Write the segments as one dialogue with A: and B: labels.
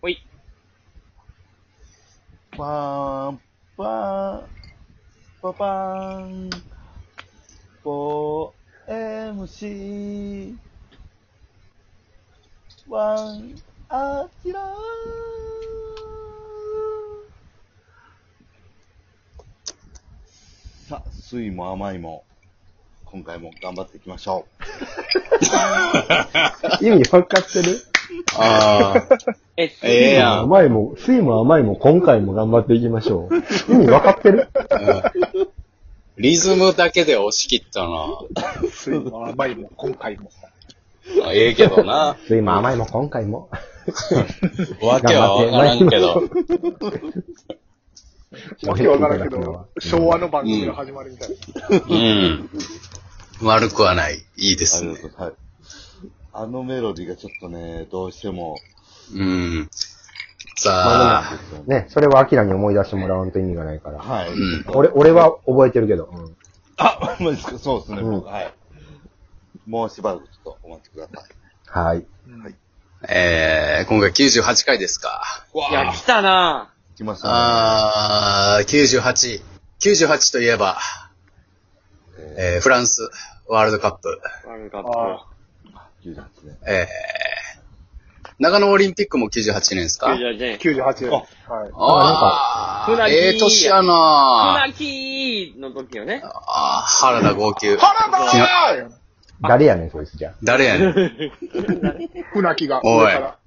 A: ほい。
B: パーン、パーン、パパーン、ポー MC、ワン、アキラー。さあ、酸いも甘いも、今回も頑張っていきましょう。
C: 意味分かってる
D: ああ、
A: え、
D: ええやん。
C: 甘いも、酸いも甘いも今回も頑張っていきましょう。意味分かってる
D: リズムだけで押し切ったな。
E: 水も甘いも、今回も。
D: あええけどな。
C: 酸いも甘いも今回も。
D: わけはわからんけど。
E: わけわからんけど、昭和
C: の。
E: の番組の始まりみたいな。
D: うん。悪くはない。いいで
B: あ
D: す
B: りが
D: ね。
B: とうございます。あのメロディーがちょっとね、どうしても、
D: うん。
C: ま
D: さ
C: あ
D: あ、
B: ですよね
C: ね、それはアキラに思い出してもらわんと意味がないから。
B: はい。
D: うん
C: 俺、俺は覚えてるけど。うん
B: あ、ほんまですか、そうですね、
C: うん
B: 僕はい。もうしばらくちょっとお待ちください。
C: はい。
D: えー、今回98回ですか。
A: いや、来たな
B: 来ましたね。
D: あー、98。98といえば、
B: え
D: えー、フランスワールドカップ、
A: ぁ。ワールドカッ
E: あ
B: ー、98ね。
D: えー、長野オリンピックも98年です
A: プ。
D: か
A: 98年
E: あ、。98年。
D: あ
E: はい。
A: なんか
D: あ、
A: 船木
D: ええ年やな
A: 船木の時よね。
D: あー、原田号泣。
E: 原田
C: 誰やねん、そいつじゃ。
D: 誰やね ん。
E: 船木が
D: おい
E: 上から。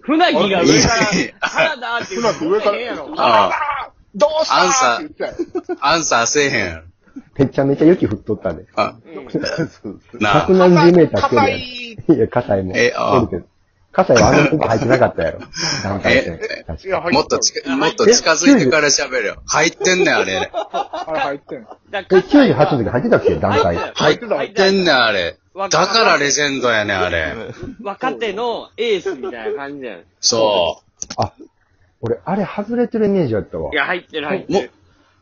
A: 船木が上か
D: いい
A: ら、原田って言う
E: 船木上から
A: ええやろ。
D: あ
E: どうした
D: アンサー
E: って言ってたよ。
D: あ、アンサーせえへん。
C: めちゃめちゃ雪降っとったで。
D: あ、
B: そうですね
D: なあ
C: 百。何十メーター距離
E: 硬
C: や
E: い
C: で。いや、火災も。
D: えあ
C: 火災はあのとこ入ってなかった やろ。団体戦。
E: い
C: 確
E: や、
C: か。
E: 入
D: もっと
E: 近い。
D: 近もっと近づいてから喋れよ。入ってんねん、あれ。
E: あれ入ってん。
A: だ
C: え、
A: から
C: 98の時入ってたっけ団体。
D: 入ってんねん、あれ。だからレジェンドやねん、あれ。
A: 若手のエースみたいな感じだよ。
D: そ
C: あ、俺、あれ外れてるイメージだったわ
A: い。や、入ってる入っ
D: う。も
A: てる。、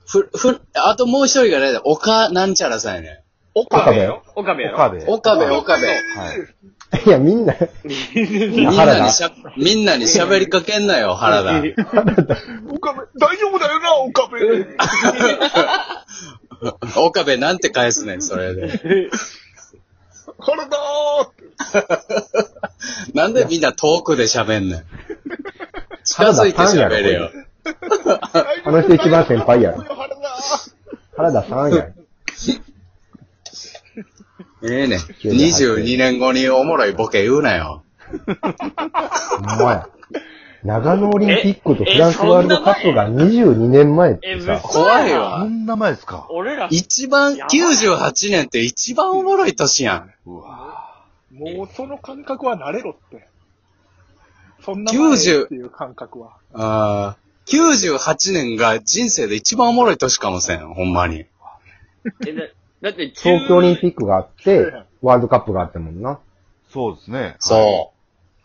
D: ふ、ふ、あともう一人がね、岡なんちゃらさんやねん。
C: 岡部よ。
A: 岡部やろ。
C: 岡部。
D: 岡部、岡部。
B: はい。
C: いや、みんな、
D: みん
C: や
D: な
C: 原
D: に
C: 田
D: しゃ、みんなに喋りかけんなよ、原田。
E: 岡部、大丈夫だよな、岡部。
D: 岡部なんて返すねん、それで。
E: 原田ーって。
D: なんでみんな遠くで喋んねん。近
C: 原田
D: づいて
C: さんや
D: 喋
C: ろ
D: れよ。
C: あの人一番先輩やろ
E: 大丈夫だよ原田
C: 原
E: ー
C: 田さんやん。
D: ええねん。22年後におもろいボケ言うなよ。
C: ほんまや。長野オリンピックとフランスワールドカップが22年前っ
A: え、
C: て
A: 嘘や
C: さ
A: ん、
D: 怖いわ
B: こんな前ですか
A: 俺ら、
D: 一番、98年って一番おもろい年やん。
B: うわ
E: もうその感覚は慣れろって。そんな前
D: 90
E: っていう感覚は。
D: あー98年が人生で一番おもろい年かもせん、ほんまに。
A: え、だだって、
C: 東京オリンピ
A: ッ
C: ックがあって、ワールドカップがあったもんな。
B: そうですね。
D: そ。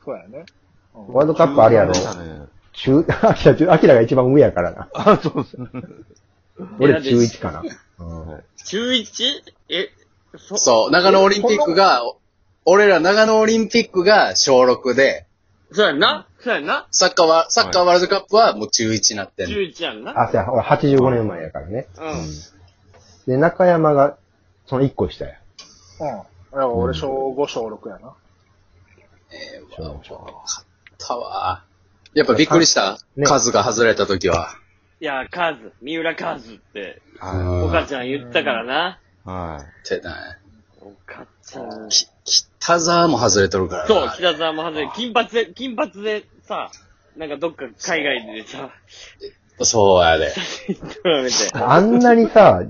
E: そうやね。うん
C: ワールドカップあれやろ
B: 中。断でしたね
C: 中、 あきら中、アキラが一番上やからな。
B: あ、そうですね。
C: 俺中1かな。うん
A: ク。中 1? え、そう
D: そう。長野オリンピックが、俺ら長野オリンピックが小6で、
A: そうやんなそうやんな
D: サッカーは、サッカーワールドカップはもう中1になってんの
A: 中1やんな
C: あ、そうや、俺85年前やからね。
A: うん。
C: で、中山が、その1個下や。
E: うん。いや俺、小5、小6やな。
D: ええわ、おもろかったわ。やっぱびっくりした、
C: ね
D: 数が外れた時は。
A: いや、カズ、三浦カズって、
B: は
D: う
A: お
D: ん
A: かちゃん言ったからな。
B: い。は
D: ってな
A: おかちゃん。
D: き、北沢も外れとるからな。
A: そう、北沢も外れ、金髪で、金髪でさ、なんかどっか海外でさ、
D: そうやで。
A: 撮られて。
C: あんなにさ、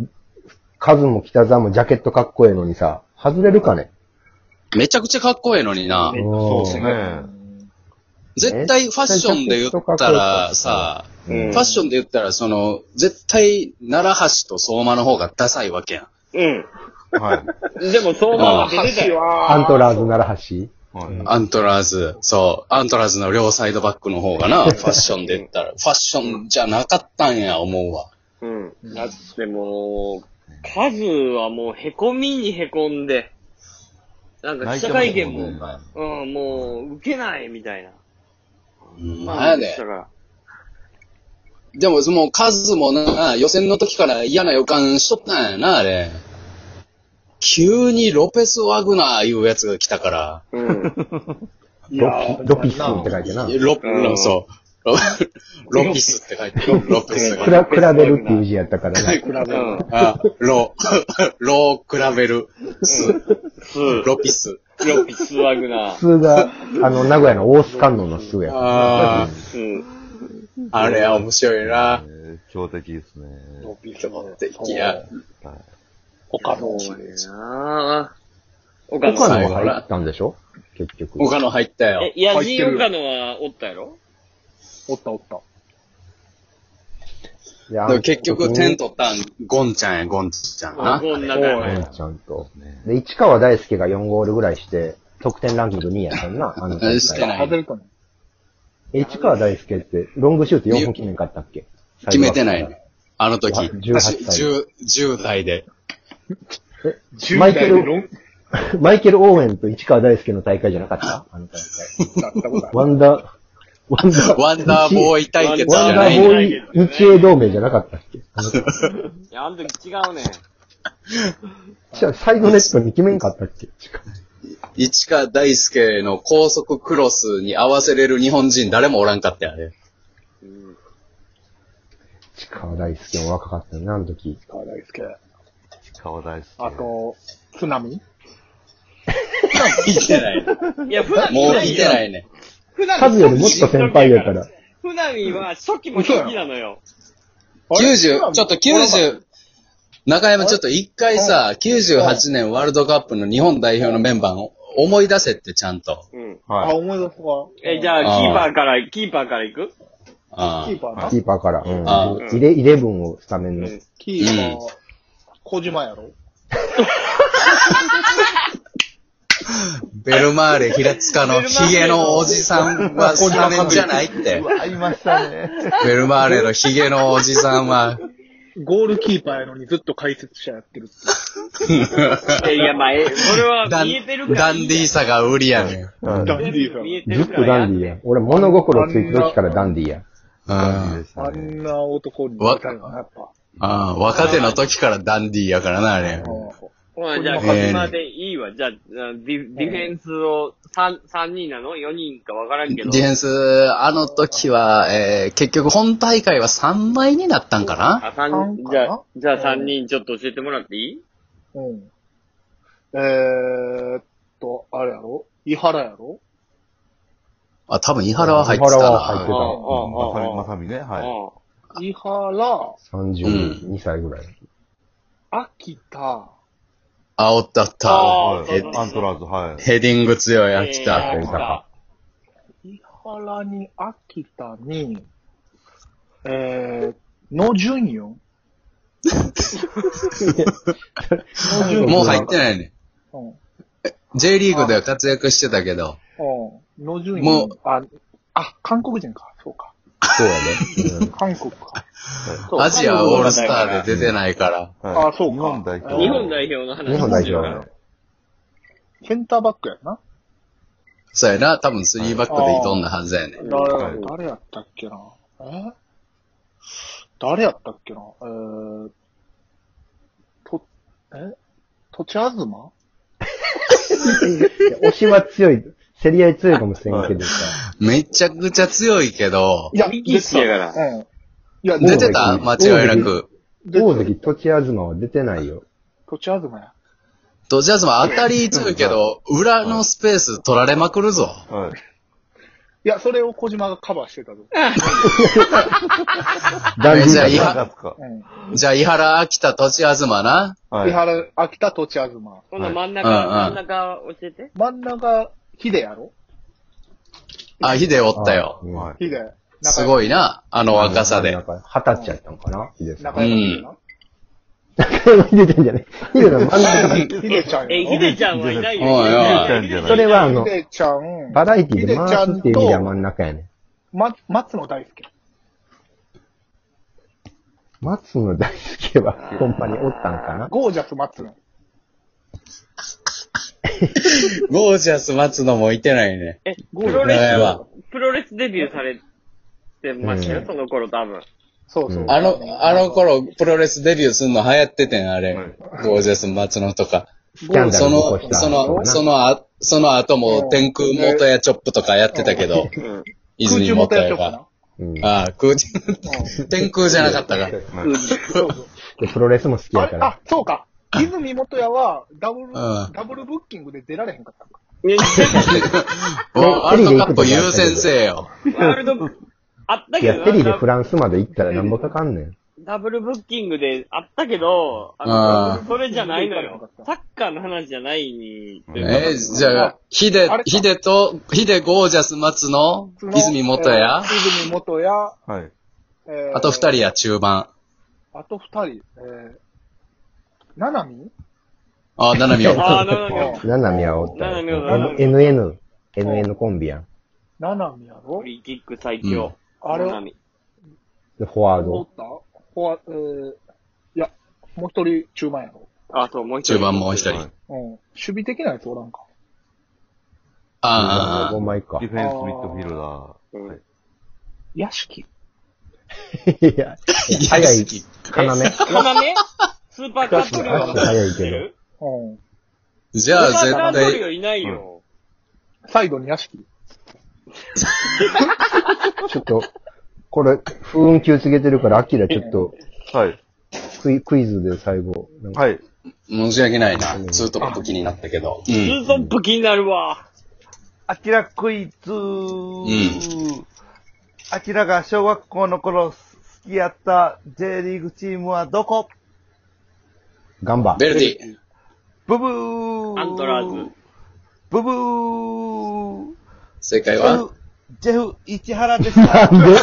C: カズも北沢もジャケットかっこええのにさ、外れるかね。
D: めちゃくちゃかっこええのにな
B: う。
C: ん
B: んそうですね。
D: 絶対ファッションで言ったらさ、
C: う
D: ファ
C: ん
D: ッションで言ったら、その、絶対、奈良橋と相馬の方がダサいわけやん。
A: う
B: はい。
A: ん。でも、相馬は出てた
E: 橋
A: よ。
E: は、
C: アントラーズ奈良橋
B: はい。
D: アントラーズ、そう、アントラーズの両サイドバックの方が な、ファッションで言ったら、ファッションじゃなかったんや、思うわ。
A: うん。だってもう、カズはもう凹みに凹んで、なんか記者会見も、
B: 泣いてま
A: うん、もう、受けないみたいな。
B: すもんね
D: うん、
A: まあ
D: なんや
A: でした
D: ね。
A: から。
D: でも、もうカズもな、予選の時から嫌な予感しとったんやな、あれ。急にロペス・ワグナーいうやつが来たから。
A: うん。
C: ロピ、ロピスって書いてな。
D: ロ
A: うん
D: そう。ロロピスって書いてる。ロペス
C: く
D: が。
C: ら、比べるっていう字やったからな。
E: 比べる。
A: うん。
D: あ、ロ、 ロ比べる。ス、
A: スー、
D: ロピス。
A: ロピスワグナー。
C: 数が、あの、名古屋の大須観音の数や。
A: う
D: あ
A: ん。
D: ーあれは面白いな。
F: えー強敵ですね。
E: 伸びる
D: 強敵や。
F: はい
E: 他の、
A: そうやな岡
C: 岡
A: 野。
C: 野
D: 岡
C: は入ったんでしょ結局。
D: 他の入ったよ
A: え、。ヤジ
E: 入ってる
A: 岡野はおったやろ
E: おったおった。
C: いや
D: でも結局、点取ったん、ゴンちゃんや、ゴンちゃんな。
A: こんな
E: そう
A: 感
E: や
A: じ。
C: ちゃんと。で、市川大輔が4ゴールぐらいして、得点ランキング2位やったんな、あの大会
D: してない
E: 外れたね。
C: え市川大輔って、ロングシュート4本決めんかったっけ
D: 決めてないね。あの時。
C: 18歳
D: 10 10代で。
E: 10
C: マ
E: 代
C: イケ
E: で
C: ル
E: ロン、
C: マイケル・オーウェンと市川大輔の大会じゃなかったあの大会。
E: だったことある
C: ワンダー、ワンダー、
D: ワンダーボーイ対決じ
C: ワ
D: ゃ
C: ン
D: な
C: ダ
D: い
C: ー
D: ね
C: ボーイ日英同盟じゃなかったっ けあの
A: いや、あの時違うね。
C: じゃあサイドネットに決めんかったっけしかも
D: 市川大輔の高速クロスに合わせれる日本人誰もおらんかったよね。
A: うん。
C: 市川大輔も若かったよね、あの時。
E: 川大輔。
F: 川大好き。
E: あと、津波
D: いてない。
A: いや、船見
D: もう
A: ないい
D: て
A: よ。
D: ないね。
A: 船
C: カズよりもっと先輩やから。。
A: 船見は初期も初期なのよ。
D: 90、ちょっと90、中山ちょっと一回さ、98年ワールドカップの日本代表のメンバーを思い出せってちゃんと。
A: うん。
E: あ、
F: はい。
E: 思い出すわ。
A: え、じゃあ、
D: あー
A: キーパーから、キーパーから行 く
D: あ
E: キーパーな
C: キ。ーパーから。うん
D: あ
A: ー
C: イレ、イレブンをスタメン
A: う
C: の。
A: ん。
E: キーパー
D: うん、
E: 小島やろ
D: あベルマーレ平塚のヒゲのおじさんはスタメンじゃないって
F: う。わ、いましたね。
D: ベルマーレのヒゲのおじさんは。
E: ゴールキーパーやのにずっと解説者やってるって。
A: え、いや、まあ、え、それは
D: ダン
A: 見えてるから。
D: ダンディーさが売りやねん。
C: うん
E: ダンディーさ
A: 見え
E: ん。
A: て
C: ず
A: る
C: っ
A: か
C: と
A: ら
C: ダ
A: や
C: ンディーや。俺物心ついた時からダンディーや。
D: う
F: いい
D: ん
F: で。した
E: あ
F: ね
E: んな男になりたいな、やっぱ。
D: ああ、若手の時からダンディーやからな、あれ。
A: まあ、じゃあ、
E: え
A: 小
E: ー
A: 島でいいわ。じゃあ、ディディフェンスを3、三人なの ?4 人かわからんけ
D: デ
A: ど
D: ィ。フェンス、あの時は、えー、結局本大会は3倍になったんかな
A: あ、三
E: 三
A: じ
E: かな
A: ゃあ、じゃあ3人ちょっと教えてもらっていい
E: うん。えーっと、あれやろ伊原やろ
D: あ、多分、井原は入ってた
C: 井
D: な。
C: 原は入って
A: あ
C: た
A: あ、あ
F: まさみ、
A: あ、
F: まさみね。は
A: あ
F: い。
E: 伊原、
C: 32歳ぐらい。
E: 秋田、
D: あ、おったおっ
A: あ
D: た。
A: あ
F: はいアントラーズ、はい。
D: ヘディング強い、
A: あ。
D: 秋
A: え
D: 田。
A: ー
C: 秋田
E: 伊原に秋田に、えー、野順 よ。野順
D: もう入ってないね。
E: うん。うん。
D: J リーグでは活躍してたけど。
E: 野順
D: も
E: よ
D: う。
E: あ、あ、韓国人か。そうか。
C: そうやね。
E: 韓国か。
A: そう
D: アジアオールスターで出てないから。
F: はい
E: あそうか
F: 日本代表。
A: 日本代表の話。
C: 日本代表
A: の
C: の。
E: センターバックやな。
D: そうやな、多分3バックで挑んだはずやね。
E: 誰
F: い
E: 誰やったっけなえ誰やったっけなえー、と、え土地あずま
C: いや推しは強い。競り合い強いかもしれんけどさ。
D: めちゃくちゃ強いけど、
E: いや、
A: ミキシやから
E: うん。いや、
D: 出
E: 出
D: て
E: て
D: た間違いなく。
C: 大関、土地東は出てないよ。
E: 土地あずまや。
D: ドジャースも当たり強いけど、裏のスペース取られまくるぞ。
F: はい。
E: いや、それを小島がカバーしてたぞ。
C: ダンディー
D: じゃあい
C: だ
D: や
C: な
F: なんか
E: うん。
D: じゃあ、伊原、秋田、土地あずまな。
F: はい。
E: 伊原、秋田、土地あずま。
A: 今度真ん中、
D: はいうんうん
A: 真ん中教えて。
E: 真ん中、ヒデやろ
D: あ、ヒデおったよ。
C: うん
F: はい。
E: ヒデ。
D: す
E: い。
D: ごいな、あの若さで
C: なん。か二十歳やったのかなヒデさん。
E: 仲良かっ
C: 中山ヒデちゃんじゃない。ヒデの真ん中に。
E: たな。ヒデちゃん
A: え、
E: や
A: ひでちゃんはいないよ。
D: おい
F: おい
A: ヒデちゃん
C: それはあ
E: ろ。
C: の
E: ヒ、デちゃん、
C: バラエティで回すっていう意味では真ん中やね。
E: ま、松野大輔。
C: 松野大輔はほんまにおったんかな
E: ゴージャス松野。
D: ゴージャス松野もいてないね。
A: え、
E: ゴー
A: プ
E: ルド
A: ロレ
D: やば
A: ス、プロレスデビューされてましたよ、
C: うん
A: その頃 多分。
E: そうそうう。
C: ん
D: あの、あの頃、プロレスデビューすんの流行っててん、あれ。
F: はい
D: ゴージャス松野とか。
C: スキャンダル
D: そ
C: 起こ
D: の
C: した、
D: そ
C: とか
D: の、
C: な
D: そのあ、その後も天空元やチョップとかやってたけど、
A: うん。
E: 空
D: 泉
E: 中
D: 元
E: 元やっ
D: や
E: ちゃおうかな
D: が。。
C: うん。で
D: ああ、空中、天空じゃなかったか。
A: うん
C: プロレスも好き
E: あ
C: や
E: れ
C: か
E: あ
C: ら。、
E: そうか。泉元也は、ダブル、
D: ん
E: ダブルブッキングで出られへんかったのか。
A: ね
D: もうワールドカップ優先せえよ。
A: ワールド、あった
C: い
A: け
C: や、
A: ど
C: テリで
A: な
C: フランスまで行ったらなんぼかかんねん。
A: ダブルブッキングであったけど、
D: あ
A: あ
D: ー
A: の、それじゃないのよ。サッカーの話じゃないに。
F: うん
D: えーじゃあ、ヒデ
E: あれ、か
D: ヒデと、ヒデゴージャス松野、泉元
E: え
D: や、
E: ー泉元也、
F: はい。
E: えー
D: あと二人。や中盤。
E: あと二人。えー、ななみ
D: あ、七海
A: ああ、
D: は。
A: なるほど。
C: ナナミはおった
A: ナナミはおった
C: よ。N- NN、NN コンビやん。
E: ななみやろ
A: フリーキック最強。
E: あれ
A: ナナミ
C: で、フォワー
E: お
C: ド
E: っ。たフォア、えー、いや、もう一人中盤やろ。
A: あ、そう、もう一人。
D: 中盤もう一人。
F: はい
D: あ
E: うん。守備的なやつおらんか。
D: あ、あ
C: 5枚か
F: ディ。フェンスミッドフィルダ
A: うん
F: はい
E: 屋敷。
C: いや、
D: あ
C: 早い。
D: き
C: 要。
A: 花 ねスーパーカットリオの
C: 早い
A: 知って
C: けど
A: る。
E: うん。
D: じ
A: ス
D: ゃあ、
A: ーパー
D: 絶
A: カットリ
D: 対、
A: オいないよ。
E: サイドに屋敷。
C: ちょっと、これ、風雲急告げてるから、アキラちょっと
F: はい。
C: クイ、クイズで最後、なんか、
F: はい。
D: 申し訳ないな。ツートップ気になったけど。う
A: ツ
D: ん。
A: ートップ気になるわ。
F: アキラクイズ
D: ん
F: アキラが小学校の頃好きやった J リーグチームはどこ
C: ガンバ。
D: ベルディ。
F: ブブー
A: アントラーズ。
F: ブブー
D: 正解
F: ジ
D: は
F: ェフ、ジェフ市原でした。
C: なんで